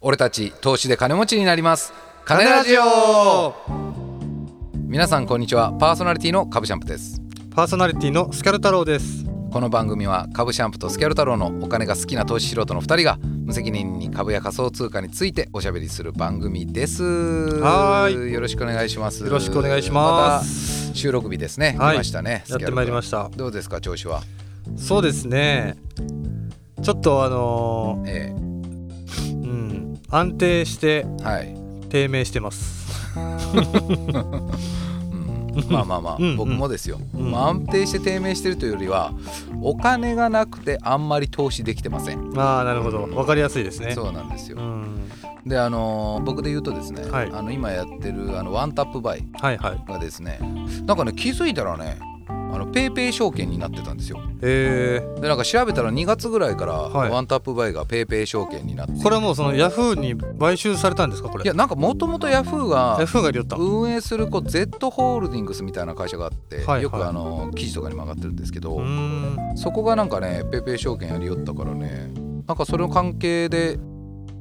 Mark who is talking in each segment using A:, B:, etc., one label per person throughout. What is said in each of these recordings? A: 俺たち投資で金持ちになります金ラジオ皆さんこんにちはパーソナリティの株シャンプです
B: パーソナリティのスキャル太郎です
A: この番組は株シャンプとスキャル太郎のお金が好きな投資素人の2人が無責任に株や仮想通貨についておしゃべりする番組です
B: はー
A: よろしくお願いします
B: よろしくお願いします
A: また収録日ですね、
B: はい
A: 来ましたね
B: やってまいりま
A: し
B: した
A: どうですか調子は
B: そうですねちょっとあの
A: え
B: ーうん安定して
A: えはい、
B: 低迷してます
A: うん、まあまあまあ、
B: うんうん
A: 僕もですよ、
B: うん
A: まあ、安定して低迷してるというよりはお金がなくてあんまり投資できてません
B: ああなるほどわかりやすいですね
A: そうなんですよ
B: う、ん
A: であのー僕で言うとですね、
B: はい
A: あの今やってるあのワンタップバイ
B: はいはい
A: がですねなんかね気づいたらねあのペイペイ証券になってたんですよ
B: え
A: でなんか調べたら2月ぐらいから、
B: はい
A: ワンタップバイがペイペイ証券になって
B: ー、これはもうそのヤフーに買収されたんですかこれ
A: いやなんかもともとヤフー
B: ヤ
A: が
B: フーが利よった
A: 運営するこう Z ホールディングスみたいな会社があって、
B: はいはい
A: よくあの記事とかにも上がってるんですけど、
B: うーん
A: そこがなんかねペイペイ証券やりよったからねなんかそれの関係で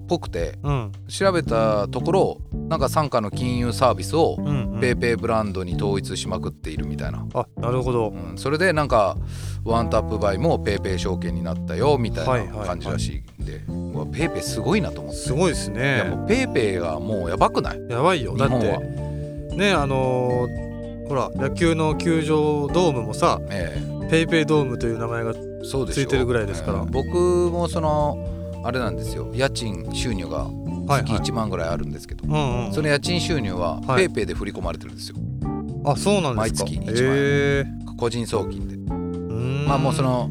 A: ぽくて
B: うん
A: 調べたところなんか傘下の金融サービスを
B: うんうん
A: ペイペイブランドに統一しまくっているみたいな、
B: あなるほど
A: うん、それでなんかワンタップバイもペイペイ証券になったよみた
B: はい
A: い
B: はいは
A: ない感じらしいんで、うわペイペイすごいなと思って
B: すごいです
A: い
B: ね
A: やもうペイペイがもうやばくない
B: やばいよ
A: 日
B: だ
A: 本
B: っ
A: は
B: てねあのーほら野球の球場ドームもさ
A: え
B: ペイペイドームという名前が
A: えそうでしょ
B: ついてるぐらいですか
A: え
B: ら
A: え僕もそのあれなんですよ家賃収入が
B: はい
A: 月
B: はい
A: 1万ぐらいあるんですけど、
B: うんうん
A: その家賃収入は
B: はい
A: ペイペイで振り込まれてるんですよ、
B: あそうなんですか
A: 毎月1万円
B: え
A: 個人送金で
B: ーうーん
A: まあもうその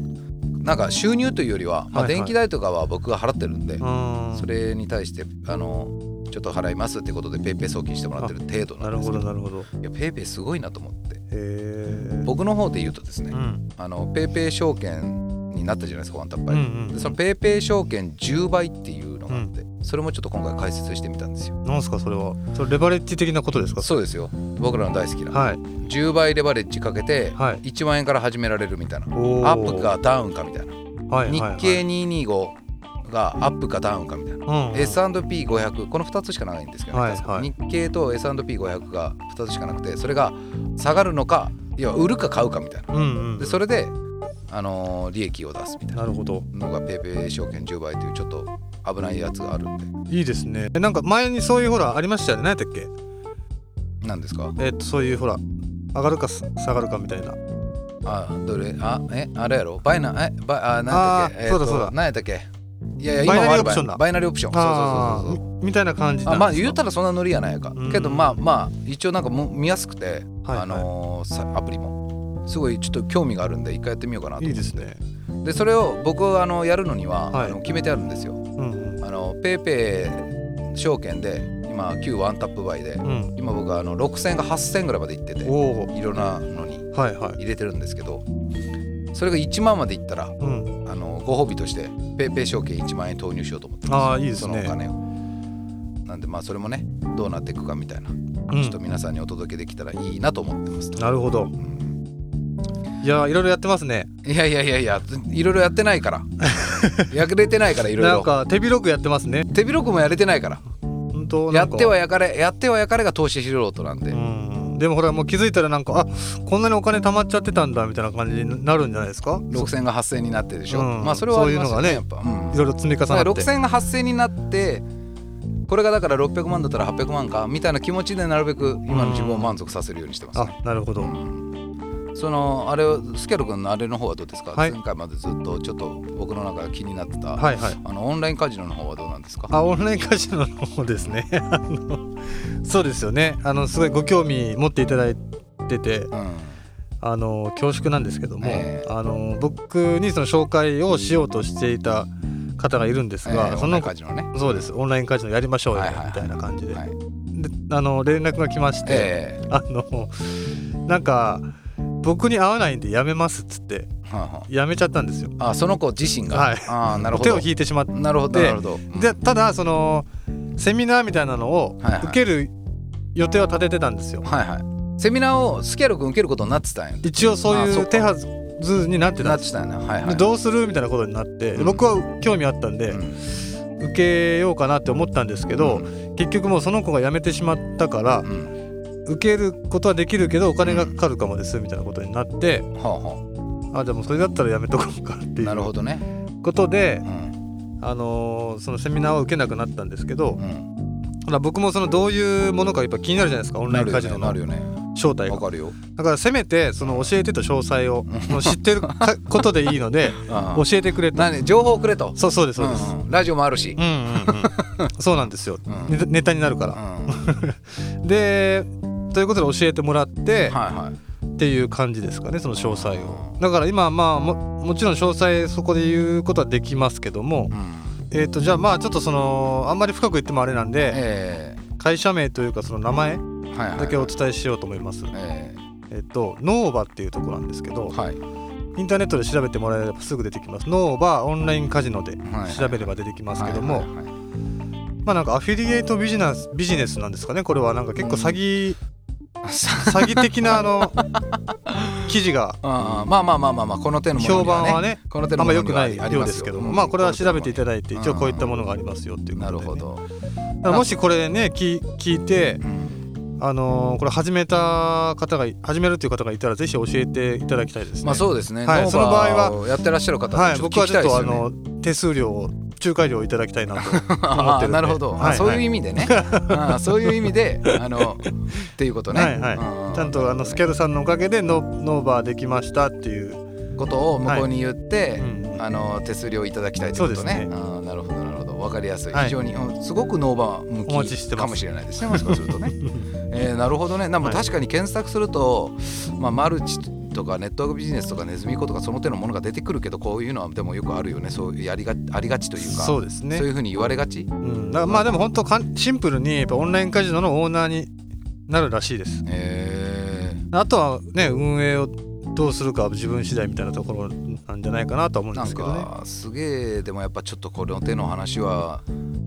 A: なんか収入というよりは、まあ、
B: はいはい
A: 電気代とかは僕が払ってるんで、
B: うん
A: それに対してあのちょっと払いますってことでペイペイ送金してもらってる程度
B: な
A: なん
B: る
A: で
B: ほ
A: すけ
B: ど
A: ど
B: なるほどへ
A: いやペイペイすごいなと思って
B: え
A: 僕の方で言うとですね、
B: うん
A: あのペイペイ証券になったじゃないですかワンタップ
B: う
A: バイ、
B: んう
A: で
B: ん
A: そのペイペイ証券10倍っていうのがあって、それもちょっと今回解説してみたんですよ
B: なんすかそれはそれレバレッジ的なことですか
A: そうですよ僕らの大好きな、
B: はい
A: 10倍レバレッジかけて
B: はい
A: 1万円から始められるみたいな
B: おー
A: アップかダウンかみたいな
B: はいはい
A: 日
B: はい
A: 経225がアップかダウンかみたいな
B: うんうん
A: S&P500 この2つしかないんですけど、ね
B: はい
A: 確か
B: はい
A: 日経と S&P500 が2つしかなくてそれが下がるのか要は売るか買うかみたいな
B: うんうん
A: でそれで、あのー利益を出すみたいな
B: なるほど
A: のがペイペイ証券10倍というちょっと危ないやつがあるんで
B: いいですねえなんか前にそういうほらありましたよね何やったっけ
A: 何ですか
B: えっとそういうほら上がるかす下がるかみたいな
A: あどれあえあれやろバイナえバイあ何やったっけ
B: あーそうだそうだ
A: 何やったっけいやいや
B: バイナリー
A: もある
B: オプションだ
A: バイナリーオプションそうそうそうそうそう
B: あーみみたいな感じなん
A: あ
B: です
A: ま
B: か
A: あ言うたらそんなノリやないか
B: うん
A: けどまあまあ一応なんかも見やすくて、
B: はいはい
A: あのーさアプリもすごいちょっと興味があるんで一回やってみようかなと
B: いいですね
A: でそれを僕あのやるのには、
B: はい
A: あの決めてあるんですよ
B: うんうん
A: あのペイペイ証券で今旧ワンタップバイで
B: うん
A: 今僕はあの6000が8000ぐらいまで行ってて
B: お
A: い
B: お
A: ろんなのに
B: はいはい
A: 入れてるんですけどそれが1万まで行ったらあ
B: うん
A: のご褒美としてペイペイ証券1万円投入しようと思って
B: ああいいです
A: そのお
B: ね
A: 金をなんでまあそれもねどうなっていくかみたいな
B: うん
A: ちょっと皆さんにお届けできたらいいなと思ってますと、
B: なるほど
A: うん
B: いやーいろいろやってますね
A: いやいやいやいやいろいろやってない からやれてないからいろ
B: ないん
A: ろ
B: か手広くやってますね
A: 手広くもやれてないから
B: 本当
A: や
B: なん
A: っ
B: か
A: てはやかれやってはやかれが投資素人なんで、
B: うんでもほらもう気づいたらなんかあこんなにお金貯まっちゃってたんだみたいな感じになるんじゃないですか
A: 6000が8000になってでしょ、
B: うん
A: まあそれはありますよね
B: そう
A: やっぱ、うん
B: いろいろ積み重
A: だか
B: な
A: ら
B: って
A: 6000が8000になってこれがだから600万だったら800万かみたいな気持ちでなるべく今の自分を満足させるようにしてます、ね
B: あなるほど
A: うんそのあれをスキャル君のあれの方はどうですか、
B: はい
A: 前回までずっとちょっと僕の中が気になってた、
B: はいはい
A: あのオンラインカジノの方はどうなんですか
B: あオンラインカジノの方ですねあのそうですよねあのすごいご興味持っていただいてて
A: うん
B: あの恐縮なんですけども、
A: ええ
B: あの僕にその紹介をしようとしていた方がいるんですが、
A: えー
B: そ
A: オンライ
B: の
A: ンカジノね
B: そうですオンラインカジノやりましょうよ
A: はいはいはい
B: みたいな感じで,、
A: はい
B: であの連絡が来まして、
A: え
B: あのなんか僕に合わないんでやめますっつって
A: ーはんはん
B: やめちゃったんですよ
A: あその子自身が、
B: はい
A: あーなるほ
B: 手を
A: ど
B: 引いてしまって
A: なるほど
B: で
A: なるほど、うん
B: でただそのセミナーみたいなのを
A: はいはい
B: 受ける予定を立ててたんですよ、
A: はいはいセミナーをスキャル君受けることになってたんや
B: 一応そう
A: あ
B: い
A: そっ
B: う
A: か
B: 手はずになってた
A: なんっ
B: で
A: て
B: す
A: たんやなはいは
B: で
A: い
B: どうするみたいなことになってで僕は興味あったんで、
A: うん
B: 受けようかなって思ったんですけど、結局もうその子が辞めてしまったから
A: うん
B: 受けることはできるけどお金がかかるかもですみたいなことになって
A: はあは
B: あでもそれだったらやめとこうかって
A: あ
B: い
A: なる
B: う
A: ほどね
B: ことで
A: う、ん
B: あのーそのセミナーは受けなくなったんですけど
A: うん
B: ほら僕もそのどういうものかやっぱ気になるじゃないですかオンラ
A: な
B: イン
A: る
B: カ
A: よ
B: ジ
A: ね
B: ノ
A: な
B: の
A: るよね
B: 正体が
A: わかるよ
B: だからせめてその教えてと詳細をもう知ってるかことでいいので
A: うん
B: 教えてくれと
A: 何情報をくれと
B: そうそうですそうです、
A: んんラジオもあるし
B: うんうんうんそうなんですよ、
A: うん
B: ネタネタになるか
A: うん
B: ら、
A: は
B: でということで教えてもらっ
A: い
B: て
A: はい
B: っていう感じですかねその詳細
A: う
B: を
A: ん
B: だから今はまあももちろん詳細そこで言うことはできますけども
A: うん
B: えっ、とじゃあまあちょっとそのあんまり深く言ってもあれなんで
A: え
B: 会社名というかその名前
A: えはいはい
B: だけお伝えしようと思います
A: え
B: えっ、とノーバっていうところなんですけど
A: えはい
B: インターネットで調べてもらえればすぐ出てきますノーバオンラインカジノで
A: はい
B: 調べれば出てきますけども
A: はいはいはい
B: まあなんかアフィリエイトビジネスビジネスなんですかねこれはなんか結構詐 欺詐欺的なあの記事が
A: ああまあまあまあまあまあこの手のものに
B: 評判はね
A: この手
B: あ
A: の
B: ん
A: も
B: ま
A: の
B: 良
A: に
B: く
A: は
B: ない
A: あり
B: よう
A: ま
B: ですす
A: よ
B: けど
A: う
B: も
A: ん
B: まあこれは調べてい
A: こ
B: ただいて
A: うん
B: 一応こういったものがありますよっていう
A: の
B: こ
A: 手のも
B: とで
A: のになるほど
B: だからもしこれねき聞いて
A: うん
B: あのーこれ始めた方が始めるという方がいたらぜひ教えていただきたいですね
A: まあそうですね
B: はい
A: ノー
B: その場合は
A: バーをやってらっしゃる方
B: はい
A: ちょっ
B: 僕
A: と聞
B: は
A: き
B: ち
A: た
B: ょ
A: い
B: っ
A: です
B: とあ
A: よね
B: の手数料を仲介料をいただきたいなと 思っ
A: あ
B: て
A: あ
B: るんで
A: なるほど、
B: はい
A: あそういう
B: はい
A: 意味でね、ああそういう意味であのっていうことね、
B: はいはい
A: うん
B: ちゃんとあのスキャルさんのおかげでノノーバーできましたっていう、
A: ことを向こうに言って、
B: うん
A: あの手数料いただきたいということね
B: そうですね
A: ああなるほどなるほどわかりやすい、
B: はい
A: 非常にうんすごくノーバー向
B: お待ちし
A: き
B: てます
A: かもしれないですねもしかするとね、 えーなるほどねなんか
B: はい
A: 確かに検索すると、まあ、マルチとかネットワークビジネスとかネズミ子とかその手のものが出てくるけどこういうのはでもよくあるよねそういうやりがありがちというか
B: そうですね
A: そういうふうに言われがち
B: うん、だからまあでも本当かんシンプルにやっぱオンラインカジノのオーナーになるらしいです
A: え
B: あとはね運営をどうするかは自分次第みたいなところなんじゃないかなとは思うん
A: な
B: で
A: ん
B: すけどね
A: かすげえでもやっぱちょっとこの手の話は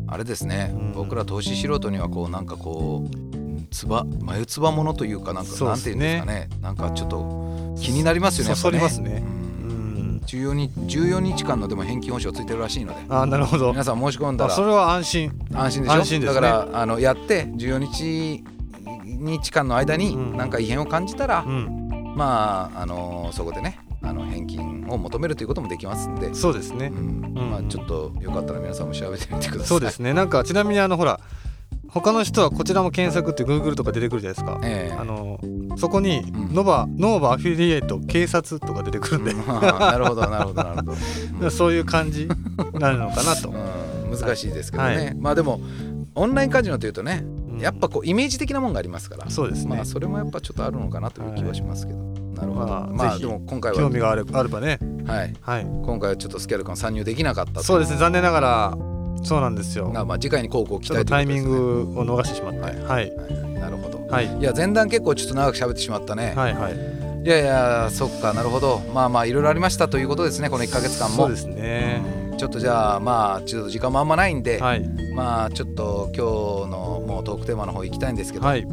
A: あれですね、
B: うん
A: 僕ら投資素人にはこうなんかこうつば眉つばものというかなんか
B: そう
A: な
B: で
A: んていう
B: す
A: ん
B: ね
A: ですかねなんかちょっと気になりますよね
B: そそります
A: やっ
B: ね
A: ぱねう
B: うんん
A: 14日 ,14 日間のでも返金保証ついてるらしいので
B: あーなるほど
A: 皆さん申し込んだ
B: あ
A: ら
B: それは安心
A: 安心でしょ
B: 安心です
A: だ
B: ね
A: からあのやって14日日間の間に
B: うん
A: 何か異変を感じたら、
B: うん
A: まああのそこでねあの返金を求めるということもできますんで
B: そうですね
A: うん
B: うん
A: まあちょっとよかったら皆さんも調べてみてください。
B: そうですねなんかちなみにあのほら他の人はこちらも検索って Google とか出てくるじゃないですか
A: ええ
B: あのそこに
A: ん
B: ノバ、ノーバアフィリエイト警察とか出てくるんで、
A: まあなるほどなるほどなるほど。
B: そういう感じになるのかなと、
A: うん難しいですけどね。
B: はい
A: まあでもオンラインカジノというとね、
B: うん
A: やっぱこうイメージ的なもんがありますから。
B: そうですね、
A: まあそれもやっぱちょっとあるのかなという気はしますけど。なるほど。
B: ま
A: ま
B: あ
A: あ、
B: ぜひ
A: でも今回
B: 興
A: は
B: 味があれあればね
A: はい
B: はい
A: 今回はちょっとスキャル感参入できなかったと
B: そうですね残念ながらそうなんですよ
A: まあまあ次回にこうご期
B: ちょっ
A: 待
B: と
A: と
B: タ
A: い
B: イ
A: うことですね
B: ミングを逃してしまっては
A: はいい
B: はい
A: はいなるほど。
B: はい
A: いや前段結構ちょっと長く喋ってしまったね。
B: はい
A: いやいやそっかなるほどまあまあいろいろありましたということですねこの1か月間も
B: そうですね
A: ちょっとじゃあまあちょっと時間もあんまないんで、
B: はい
A: まあちょっと今日のもうトークテーマの方行きたいんですけど、
B: はい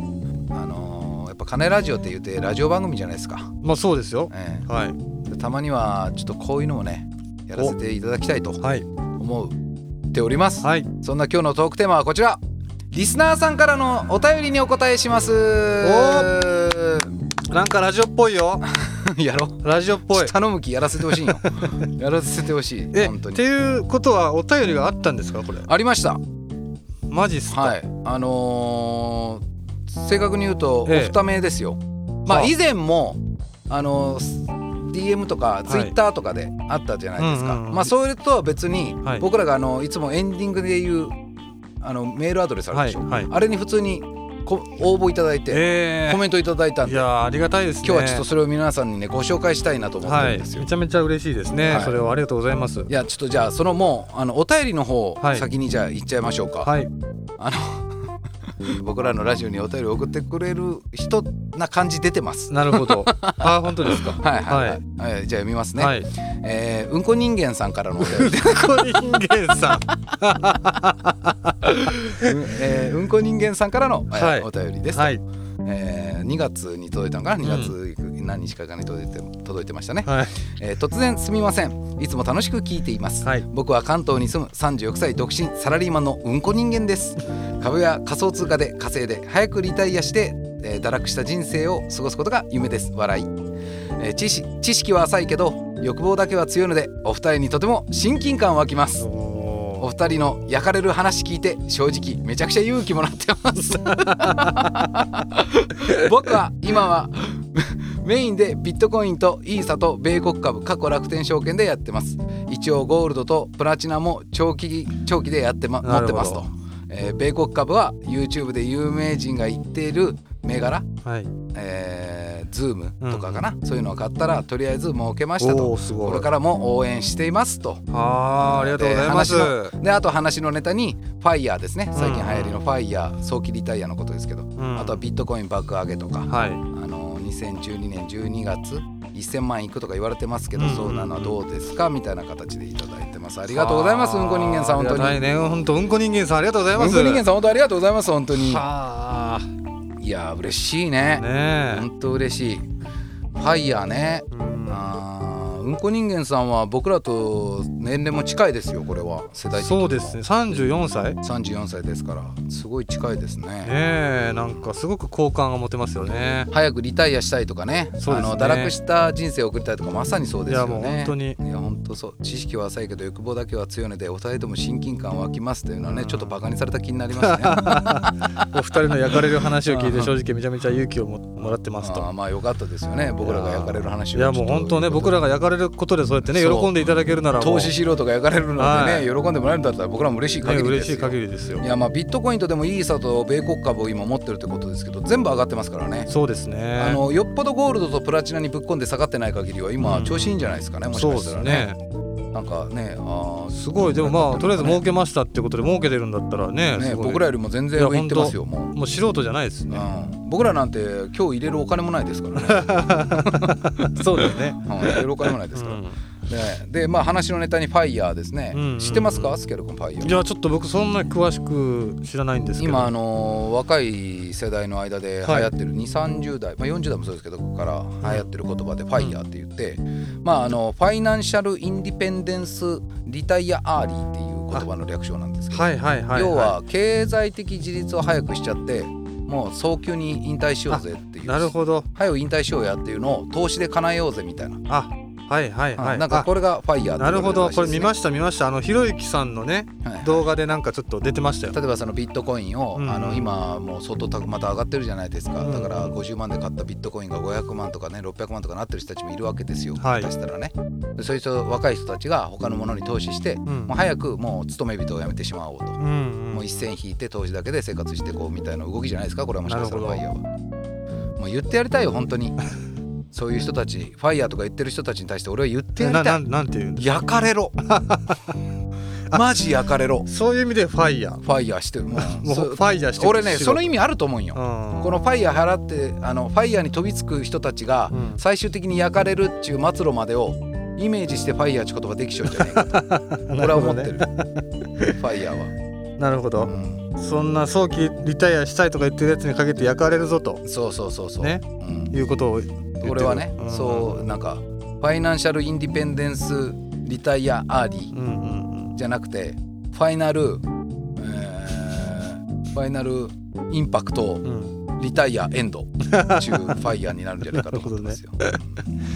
A: あのーやっぱ「金ラジオ」って言ってラジオ番組じゃないですか、
B: まあそうですよ
A: え
B: はい
A: えたまにはちょっとこういうのもねやらせていただきたいと
B: はい
A: 思っております、
B: はい
A: そんな今日のトークテーマはこちらリスナーさんからのお便りにお答えします
B: なんかラジオっぽいよ
A: やろう
B: ラジオっぽい
A: 頼む気やらせてほ しいよやらせてほしい
B: え
A: 本当
B: っ
A: に
B: ていうことはお便りがあったんですかこれ
A: ありました
B: マジっすか、
A: はい、あのー正確に言うと、
B: ええ
A: オフタメですよ。ま
B: は
A: あ、
B: あ
A: 以前も、あのー DM とかツイッターとかであったじゃないですか、
B: うんうんうん
A: まあ、それとは別に、
B: はい
A: 僕らがあのいつもエンディングで言うあのメールアドレスあるでしょ、
B: はいはい
A: あれに普通にこ応募いただいて、
B: え
A: コメントいただいたん
B: ー、い
A: で
B: やーありがたいですね
A: 今日はちょっとそれを皆さんにねご紹介したいなと思って
B: は
A: る
B: い
A: んですよ。
B: めちゃめちゃ嬉しいですね、
A: はい
B: それをありがとうございます
A: いやちょっとじゃあそのもうあのお便りの方、
B: はい
A: 先にじゃあ行っちゃいましょうか。
B: はい
A: あの僕らのラジオにお便りを送ってくれる人な感じ出てます。
B: なるほ どあー本当ですか
A: はいはいはい、はいじゃあ読みますね、
B: はい
A: えーうんこ人間さんからのお 便りで、
B: コリンゲンさ
A: う
B: ん
A: ん えーうんこ人間さんからの、えー
B: はい
A: お便りです、
B: はい
A: えー、2月に届いたのかな2月何日かがに届いて届いてましたね、
B: はい
A: えー突然すみませんいつも楽しく聞いています、
B: はい
A: 僕は関東に住む36歳独身サラリーマンのうんこ人間です株や仮想通貨で稼いで早くリタイアして、えー堕落した人生を過ごすことが夢です笑い、えー知識知識は浅いけど欲望だけは強いのでお二人にとても親近感湧きますお
B: おー
A: 二人の焼かれる話聞いて正直めちゃくちゃ勇気もらってます 僕は今はメインでビットコインとイーサと米国株過去楽天証券でやってます一応ゴールドとプラチナも長期長期でやって、ま、持
B: な
A: っ
B: る
A: て
B: ほど
A: ますと、えー米国株は YouTube で有名人が言っている銘柄
B: はい
A: えー、ズームとかかな、そういうのを買ったらとりあえず儲けましたと
B: おーすごい
A: これからも応援していますと
B: あーありがとうございます
A: でであと話のネタにファイヤーですね最近流行りの
B: うん
A: ファイヤー早期リタイアのことですけど、
B: うん
A: あとはビットコイン爆上げとか、
B: はい
A: あの2012年12月1000万いくとか言われてますけど、
B: うん
A: そうなのはどうですかみたいな形でいただいてますありがとうございますうんこ人間さん本当に、
B: はいね本当うんこ人間さんありがとうござい
A: うんこ
B: ます
A: 人間さん本当ありがとうございます本当に
B: はあ
A: いやー嬉しいね
B: ね
A: 本当嬉しいファイヤーね
B: えうん
A: あーうんこ人間さんは僕らと年齢も近いですよこれは世代的に
B: そうですね34歳ね
A: 34歳ですからすごい近いですね
B: えなんかすごく好感が持てますよ ね
A: 早くリタイアしたいとかね
B: そう
A: あ
B: です
A: の
B: ね
A: 堕落した人生を送りたいとかまさにそうで
B: い
A: す
B: や
A: よ
B: もう
A: ね
B: 本当に
A: いや本当そう知識は浅いけど欲望だけは強いのでお二人とも親近感湧きますというのはね、
B: うん
A: ちょっとバカにされた気になりま したね
B: お二人の焼かれる話を聞いて正直めちゃめちゃ勇気をももらってます
A: あー
B: と。
A: まあよかったですよね僕らが焼かれる話を
B: いやもう本当ね僕ら
A: が
B: が焼かれることでそうやってね
A: そう
B: 喜んでいただけるならもう
A: 投資素人が焼かれるのでね、
B: はい
A: 喜んでもらえるんだったら僕らも嬉しい
B: ね
A: 限りで
B: 嬉
A: す
B: し
A: よ
B: い限りですよ
A: い。やまあビットコインとでもイーサと米国株を今持ってるってことですけど全部上がってますからね
B: そうですね。
A: あのよっぽどゴールドとプラチナにぶっこんで下がってない限りは今
B: うん
A: 調子いいんじゃないですかね、もし
B: そう
A: か
B: で
A: した
B: す
A: らね
B: ね。
A: なんかねあー
B: すごいでもまあとりあえず儲けましたってことで儲けてるんだったらね
A: ね
B: すごい
A: 僕らよりも全然上行ってますよもう、
B: もう素人じゃな いですね。
A: うん、僕らなんて今日入れるお金もないですから ね、
B: そうだよね。
A: うん、入れるお金もないですから、ねでまあ話のネタにファイヤーですね、
B: うんうんうん
A: 知ってますかスケル君ファイヤ
B: うんい
A: ー
B: やちょっと僕そんな詳しく知らないんですけど。
A: 今あのー若い世代の間で流行ってる2 3 0代、まあ、40代もそうですけどここから流行ってる言葉で「ファイヤーって言って、まああのファイナンシャル・インディペンデンス・リタイア・アーリーっていう言葉の略称なんですけど、
B: はいはいはいい。
A: 要は経済的自立を早くしちゃってもう早急に引退しようぜっていう
B: なるほど。
A: 早く引退しようやっていうのを投資で叶えようぜみたいな、
B: あはいはいはい。
A: なんかこれがファイヤーって
B: なるほどこれ見ま
A: し
B: した見ましたあのひろゆきさんのね
A: た、はい
B: 動画でなんかちょっと出てましたよ
A: 例えばそのビットコインを、
B: うん
A: あの今もう相当高くまた上がってるじゃないですか、
B: うん
A: だから50万で買ったビットコインが500万とかね600万とかなってる人たちもいるわけですよ、
B: はい
A: 出したらねでそういう人若い人たちが他のものに投資して、
B: ん
A: もう早くもう勤め人を辞めてしまおうと、
B: うんうん
A: もう一線引いて投資だけで生活してこうみたいな動きじゃないですかこれはもしかしたらフ
B: な
A: ァ
B: る
A: イヤー
B: ほ
A: はもう言ってやりたいよ本当に そういう人たちファイヤーとか言ってる人たちに対して俺は言ってやり
B: な
A: た
B: ないなんていうんだ
A: 焼かれ ろマジ焼かれろ
B: そういう意味でファイヤー
A: ファイヤーしてるもう
B: もう
A: そ
B: ファイヤーして
A: 俺ねその
B: 意
A: 意味あると思うんよ、こ
B: こ
A: のファイヤー払ってあのファイヤーに飛びつく人たちが
B: うん
A: 最終的に焼かれるっちゅう末路までをイメージしてファイヤーちゅう言葉できちゃうんじゃ ねえかと俺は思ってるファイヤー
B: なるほ
A: は、
B: ど
A: う
B: そんな早期リタイアしたいとか言ってるやつにかけて焼かれるぞと
A: ん、そうそうそうそう、
B: ね
A: うん、
B: いうことを言ってる
A: 俺はね、
B: ん
A: そうなんかファイナンシャルインディペンデンスリタイアアーリー
B: うんうん
A: じゃなくてファイナル、えーファイナルインパクト
B: うんうん
A: リタイアエンド中ファイヤーになるんじゃないかと思って ますよ。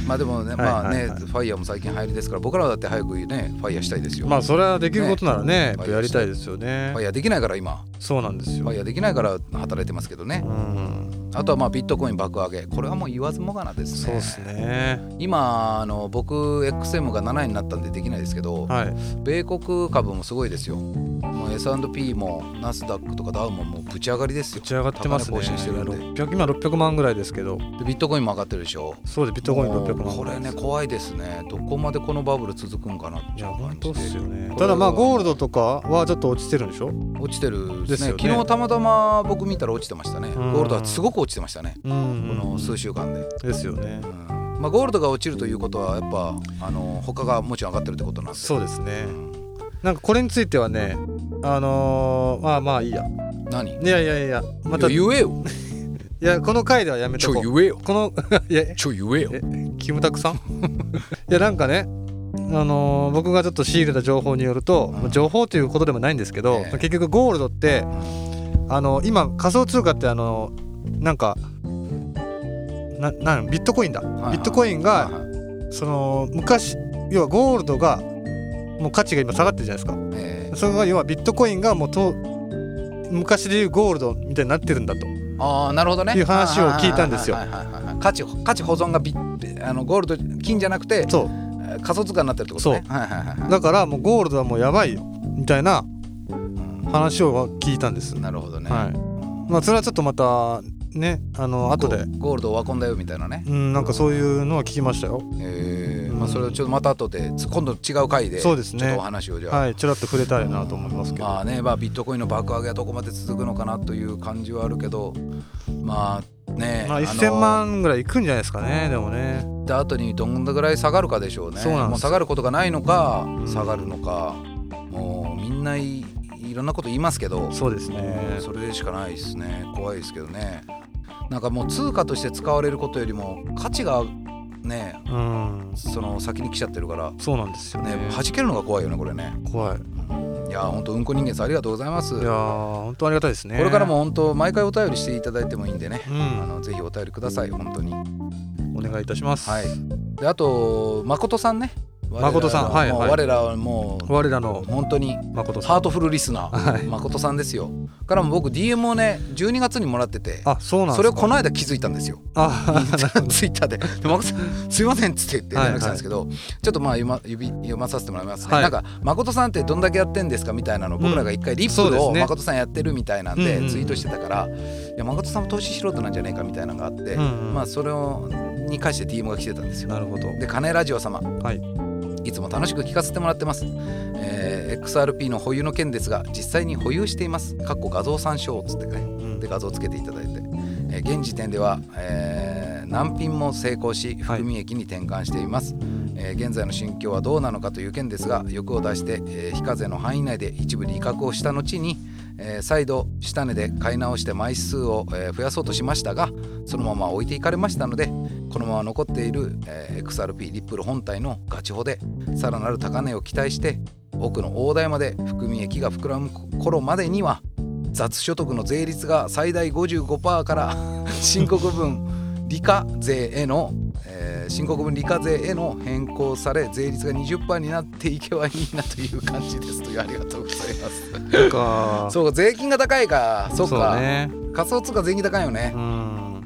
A: まあでもね、まあね、
B: はいはいはい
A: ファイヤーも最近流行りですから、僕らだって早くね、ファイヤーしたいですよ。
B: まあそれはできることならね
A: ね
B: やっぱやりたいですよね
A: ファイヤーできないから今、
B: そうなんです
A: フ
B: よ
A: ァイヤーできないから働いてますけどね
B: う。ん
A: あとはまあビットコイン爆上げ、これはもう言わずもがなです
B: そう
A: ね。
B: ですね
A: 今あの僕 XM が7位になったんでできないですけど、
B: はい
A: 米国株もすごいですよ。もう S&P もナスダックとかダウももうぶち上がりです
B: 打
A: よ。
B: ち上がってますね
A: 高値更新してるんで
B: 600今600万ぐらいですけど
A: でビットコインも上がってるでしょ。
B: そうでビットコイン600万
A: これね怖いですねどこまでこのバブル続くんかなっ
B: い
A: てい
B: や
A: う
B: 本
A: 感
B: 当っ
A: じ
B: す
A: で
B: よね
A: これは
B: ただまあゴールドとかはちょっと落ちてるんでしょ
A: 落ちてるで
B: ですす
A: ね
B: よね
A: 昨日たまたま僕見たら落ちてましたね
B: ん
A: ゴールドはすごく落ちてましたね
B: こ
A: この
B: の
A: 数週間で、
B: ですよね
A: うんまあ、ゴールドが落ちるということはやっぱあの他がもちろん上がってるってことなんで
B: そうですね
A: うん
B: なんかこれについてはねあのーまあまあいいや
A: 何い
B: いやいやいやまた
A: や
B: い
A: 言えよ
B: いやこの回ではやめ
A: ち
B: と
A: ょ
B: こう
A: 言えよ
B: この いや
A: ちょ言えよ
B: えキムタクさん いやなんかねあのー僕がちょっと仕入れた情報によると、
A: うん
B: 情報ということでもないんですけど、
A: ええ
B: 結局ゴールドってあの今仮想通貨ってあのなんかななんビットコインだ、
A: はい
B: ビットコイン
A: は
B: が
A: いはい
B: その昔要はゴールドがもう価値が今下がってるじゃないですか
A: え
B: それが要はビットコインがもうと昔でいうゴールドみたいになってるんだと
A: ーああなるほどね
B: いう話を聞いたんですよ
A: はいはいはいはい価値価値保存がビあのゴールド金じゃなくて
B: そう
A: えー仮想通貨になってるってことねはいはいはいはい
B: だからもうゴールドはもうやばいよみたいな話を聞いたんです、
A: うんなるほどね
B: はいまあそれはちょっとまたねあの後で
A: ゴゴールドを運んだよみたいなね
B: うんなんかそういうのは聞きましたよ
A: え
B: うん
A: まあそれをちょっとまた後でつ今度違う回でち
B: そ
A: ょ
B: う
A: っ
B: ですね
A: とお話をじゃあ
B: はいちらっと触れたいなと思いますけど、
A: まあねまあビットコインの爆上げはどこまで続くのかなという感じはあるけどまあね
B: まあ、
A: あの
B: 1000万ぐらいいくんじゃないですかねでもね
A: 行った後にどんぐらい下がるかでしょうね
B: そうなんです
A: もう下がることがないのか
B: ん
A: 下がるのかもうみんないいろんなこと言いますけど
B: そうですね
A: それでしかないですね怖いですけどねなんかもう通貨として使われることよりも価値がね
B: うん
A: その先に来ちゃってるから
B: そうなんですよね
A: ね弾けるのが怖いよねこれね
B: 怖い
A: いや本当うんこ人間さんありがとうございます
B: いやー本当ありがたいですね
A: これからも本当毎回お便りしていただいてもいいんでね、
B: う
A: あ
B: ん
A: のぜひお便りください本当には
B: お願いいたします、
A: いであと誠さんね我ら
B: 誠さんはい
A: もう
B: はい
A: 我らはも
B: 我ら
A: う
B: の
A: 本当に
B: 誠さん
A: ハートフルリスナー、
B: はい
A: 誠さんですよからも僕 DM をね12月にもらってて
B: あそうなん
A: そ
B: ですか
A: れをこの間気づいたんですよ
B: あ
A: ツイッター でで誠さんすいません」っつって言って連絡したんですけど、ちょっとまあ読ま指読まさせてもらいますね、
B: はい
A: なんか「誠さんってどんだけやってんですか?」みたいなのを僕らが一回リッ
B: そう
A: プ
B: です
A: を
B: ね
A: 誠さんやってるみたいなん
B: う
A: で
B: んうん
A: ツイートしてたから「いや誠さんも投資素人なんじゃねえか」みたいなのがあって、
B: うんうん
A: まあそれをに関して DM が来てたんですよ。
B: なるほど
A: で金ラジオ様、
B: はい
A: いつも楽しく聞かせてもらってます、えー XRP の保有の件ですが実際に保有していますかっこ画像参照つってね
B: うん
A: で画像をつけていただいて、えー現時点では、えー難品も成功し
B: はい
A: 含み益に転換しています、えー現在の心境はどうなのかという件ですが欲を出して、えー非課税の範囲内で一部利確をした後に、えー再度下値で買い直して枚数を、えー増やそうとしましたがそのまま置いていかれましたのでこのまま残っている、えー XRP リップル本体のガチホでさらなる高値を期待して奥の大台まで含み益が膨らむ頃までには雑所得の税率が最大55%から申告分理科税への、えー申告分理科税への変更され税率が20%になっていけばいいなという感じですというありがとうございます。
B: なんか
A: そうか税金が高いかそう
B: そう
A: か
B: ね
A: 仮想通貨税金高いよね
B: う、ん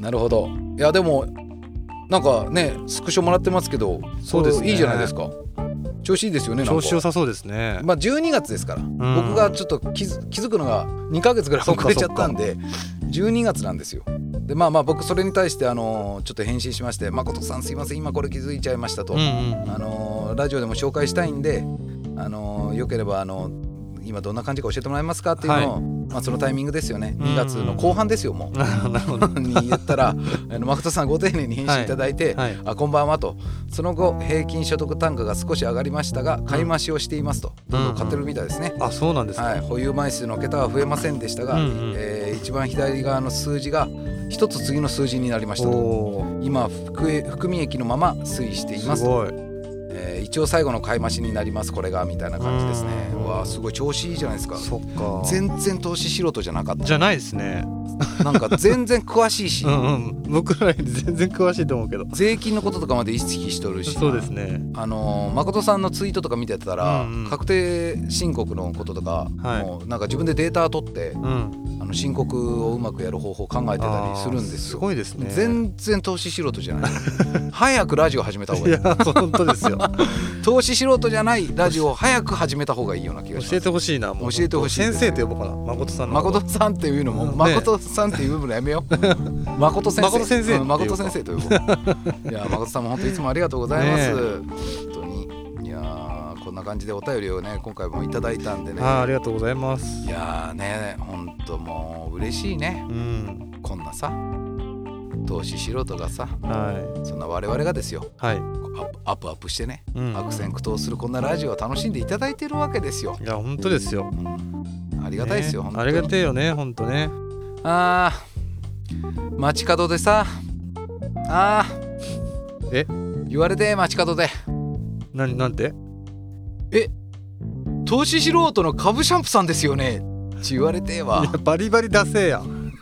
A: なるほどいやでもなんかねスクショもらってますけど
B: そうですね
A: これいいじゃないですか調子いいですよねなんか
B: 調子良さそうですね
A: まあ12月ですから、僕がちょっと気づ気づくのが2ヶ月ぐらい
B: そっか
A: 遅れちゃったんで12月なんですよ。でまあまあ僕それに対してあのーちょっと返信しまして「誠さんすいません今これ気づいちゃいましたと」
B: う んうん
A: あのーラジオでも紹介したいんであのーよければあの今どんな感じか教えてもらえますかっていうのを、まあ、そのタイミングですよね
B: うん
A: 2月の後半ですよもう。
B: なるほ ど
A: に言ったら「あの誠さんご丁寧に返信いただいて、
B: はい
A: あこんばんはとその後平均所得単価が少し上がりましたが買い増しをしていますと、どんどん買ってるみたいですね、
B: あそうなんですか
A: はい、保有枚数の桁は増えませんでしたが、
B: うんうん
A: えー一番左側の数字が一つ次の数字になりましたと
B: おー
A: 今含え含み益のまま推移しています
B: す
A: と
B: ごい
A: えー一応最後の買い増しになりますこれがみたいな感じですね
B: うん
A: わあすごい調子いいじゃないですか
B: そっか
A: 全然投資素人じゃなかっ
B: じゃないですね
A: たなんか全然詳しいし、
B: うんうん僕らより全然詳しいと思うけど
A: 税金のこととかまで意識しとるし
B: そうですね
A: あのー誠さんのツイートとか見てたら、
B: うんうん
A: 確定申告のこととか、
B: はい
A: もうなんか自分でデータ取って
B: うん
A: あの申告をうまくやる方法を考えてたりするんです
B: す
A: よ。
B: ごいですね
A: 全然投資素人じゃ ない早くラジオ始めた方
B: い
A: がいい
B: や本当ですよ
A: 投資素人じゃないラジオを早く始めた方がいい ような気がし
B: 教
A: ま
B: え
A: す
B: てほしいなもう
A: 教えてほしい
B: 先生って呼ぼうかな誠さんのこと
A: 誠さんっていうのも、
B: ね
A: 誠さんっていうのやめよう誠先生
B: 誠先生
A: うん誠先生といういや誠さんも本当いつもありがとうございます、本当にいやーこんな感じでお便りをね今回もいただいたんでね
B: あーありがとうございます
A: いやーね本当もう嬉しいね
B: うん
A: こんなさ投資素人がさ
B: は
A: そんな我々がですよ
B: いはい
A: アップアップアップしてね、
B: うん
A: 悪戦苦闘するこんなラジオを楽しんでいただいてるわけですよ、
B: いや本当ですよ
A: うんありがたいですよ、
B: ね
A: 本当
B: あ
A: に
B: りがてえよね本当ね
A: あ街角でさあー
B: え
A: 言われて街角で
B: ななんて
A: 投資素人の株シャンプさんですよねって言われてえわ
B: いやバリバリダセえやん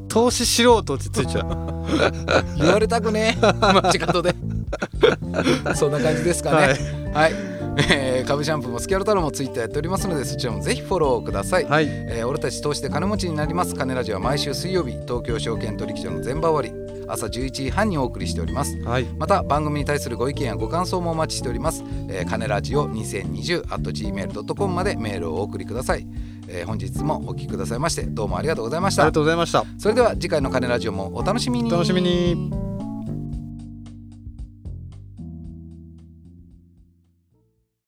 B: 投資素人ってついちゃう
A: 言われたく ねえ街角でそんな感じですかね
B: は
A: はい、えー、株シャンプーもスキャル太郎もツイッターやっておりますのでそちらもぜひフォローください、
B: はい
A: えー俺たち投資で金持ちになります金ラジオは毎週水曜日東京証券取引所の全場終わり朝11時半にお送りしております
B: はい
A: また番組に対するご意見やご感想もお待ちしております、えー、金ラジオ 2020.gmail.com までメールをお送りください、えー本日もお聞きくださいましてどうもありがとうございまし
B: あり
A: た
B: がとうございました
A: それでは次回の金ラジオもお楽しみに
B: お楽しみに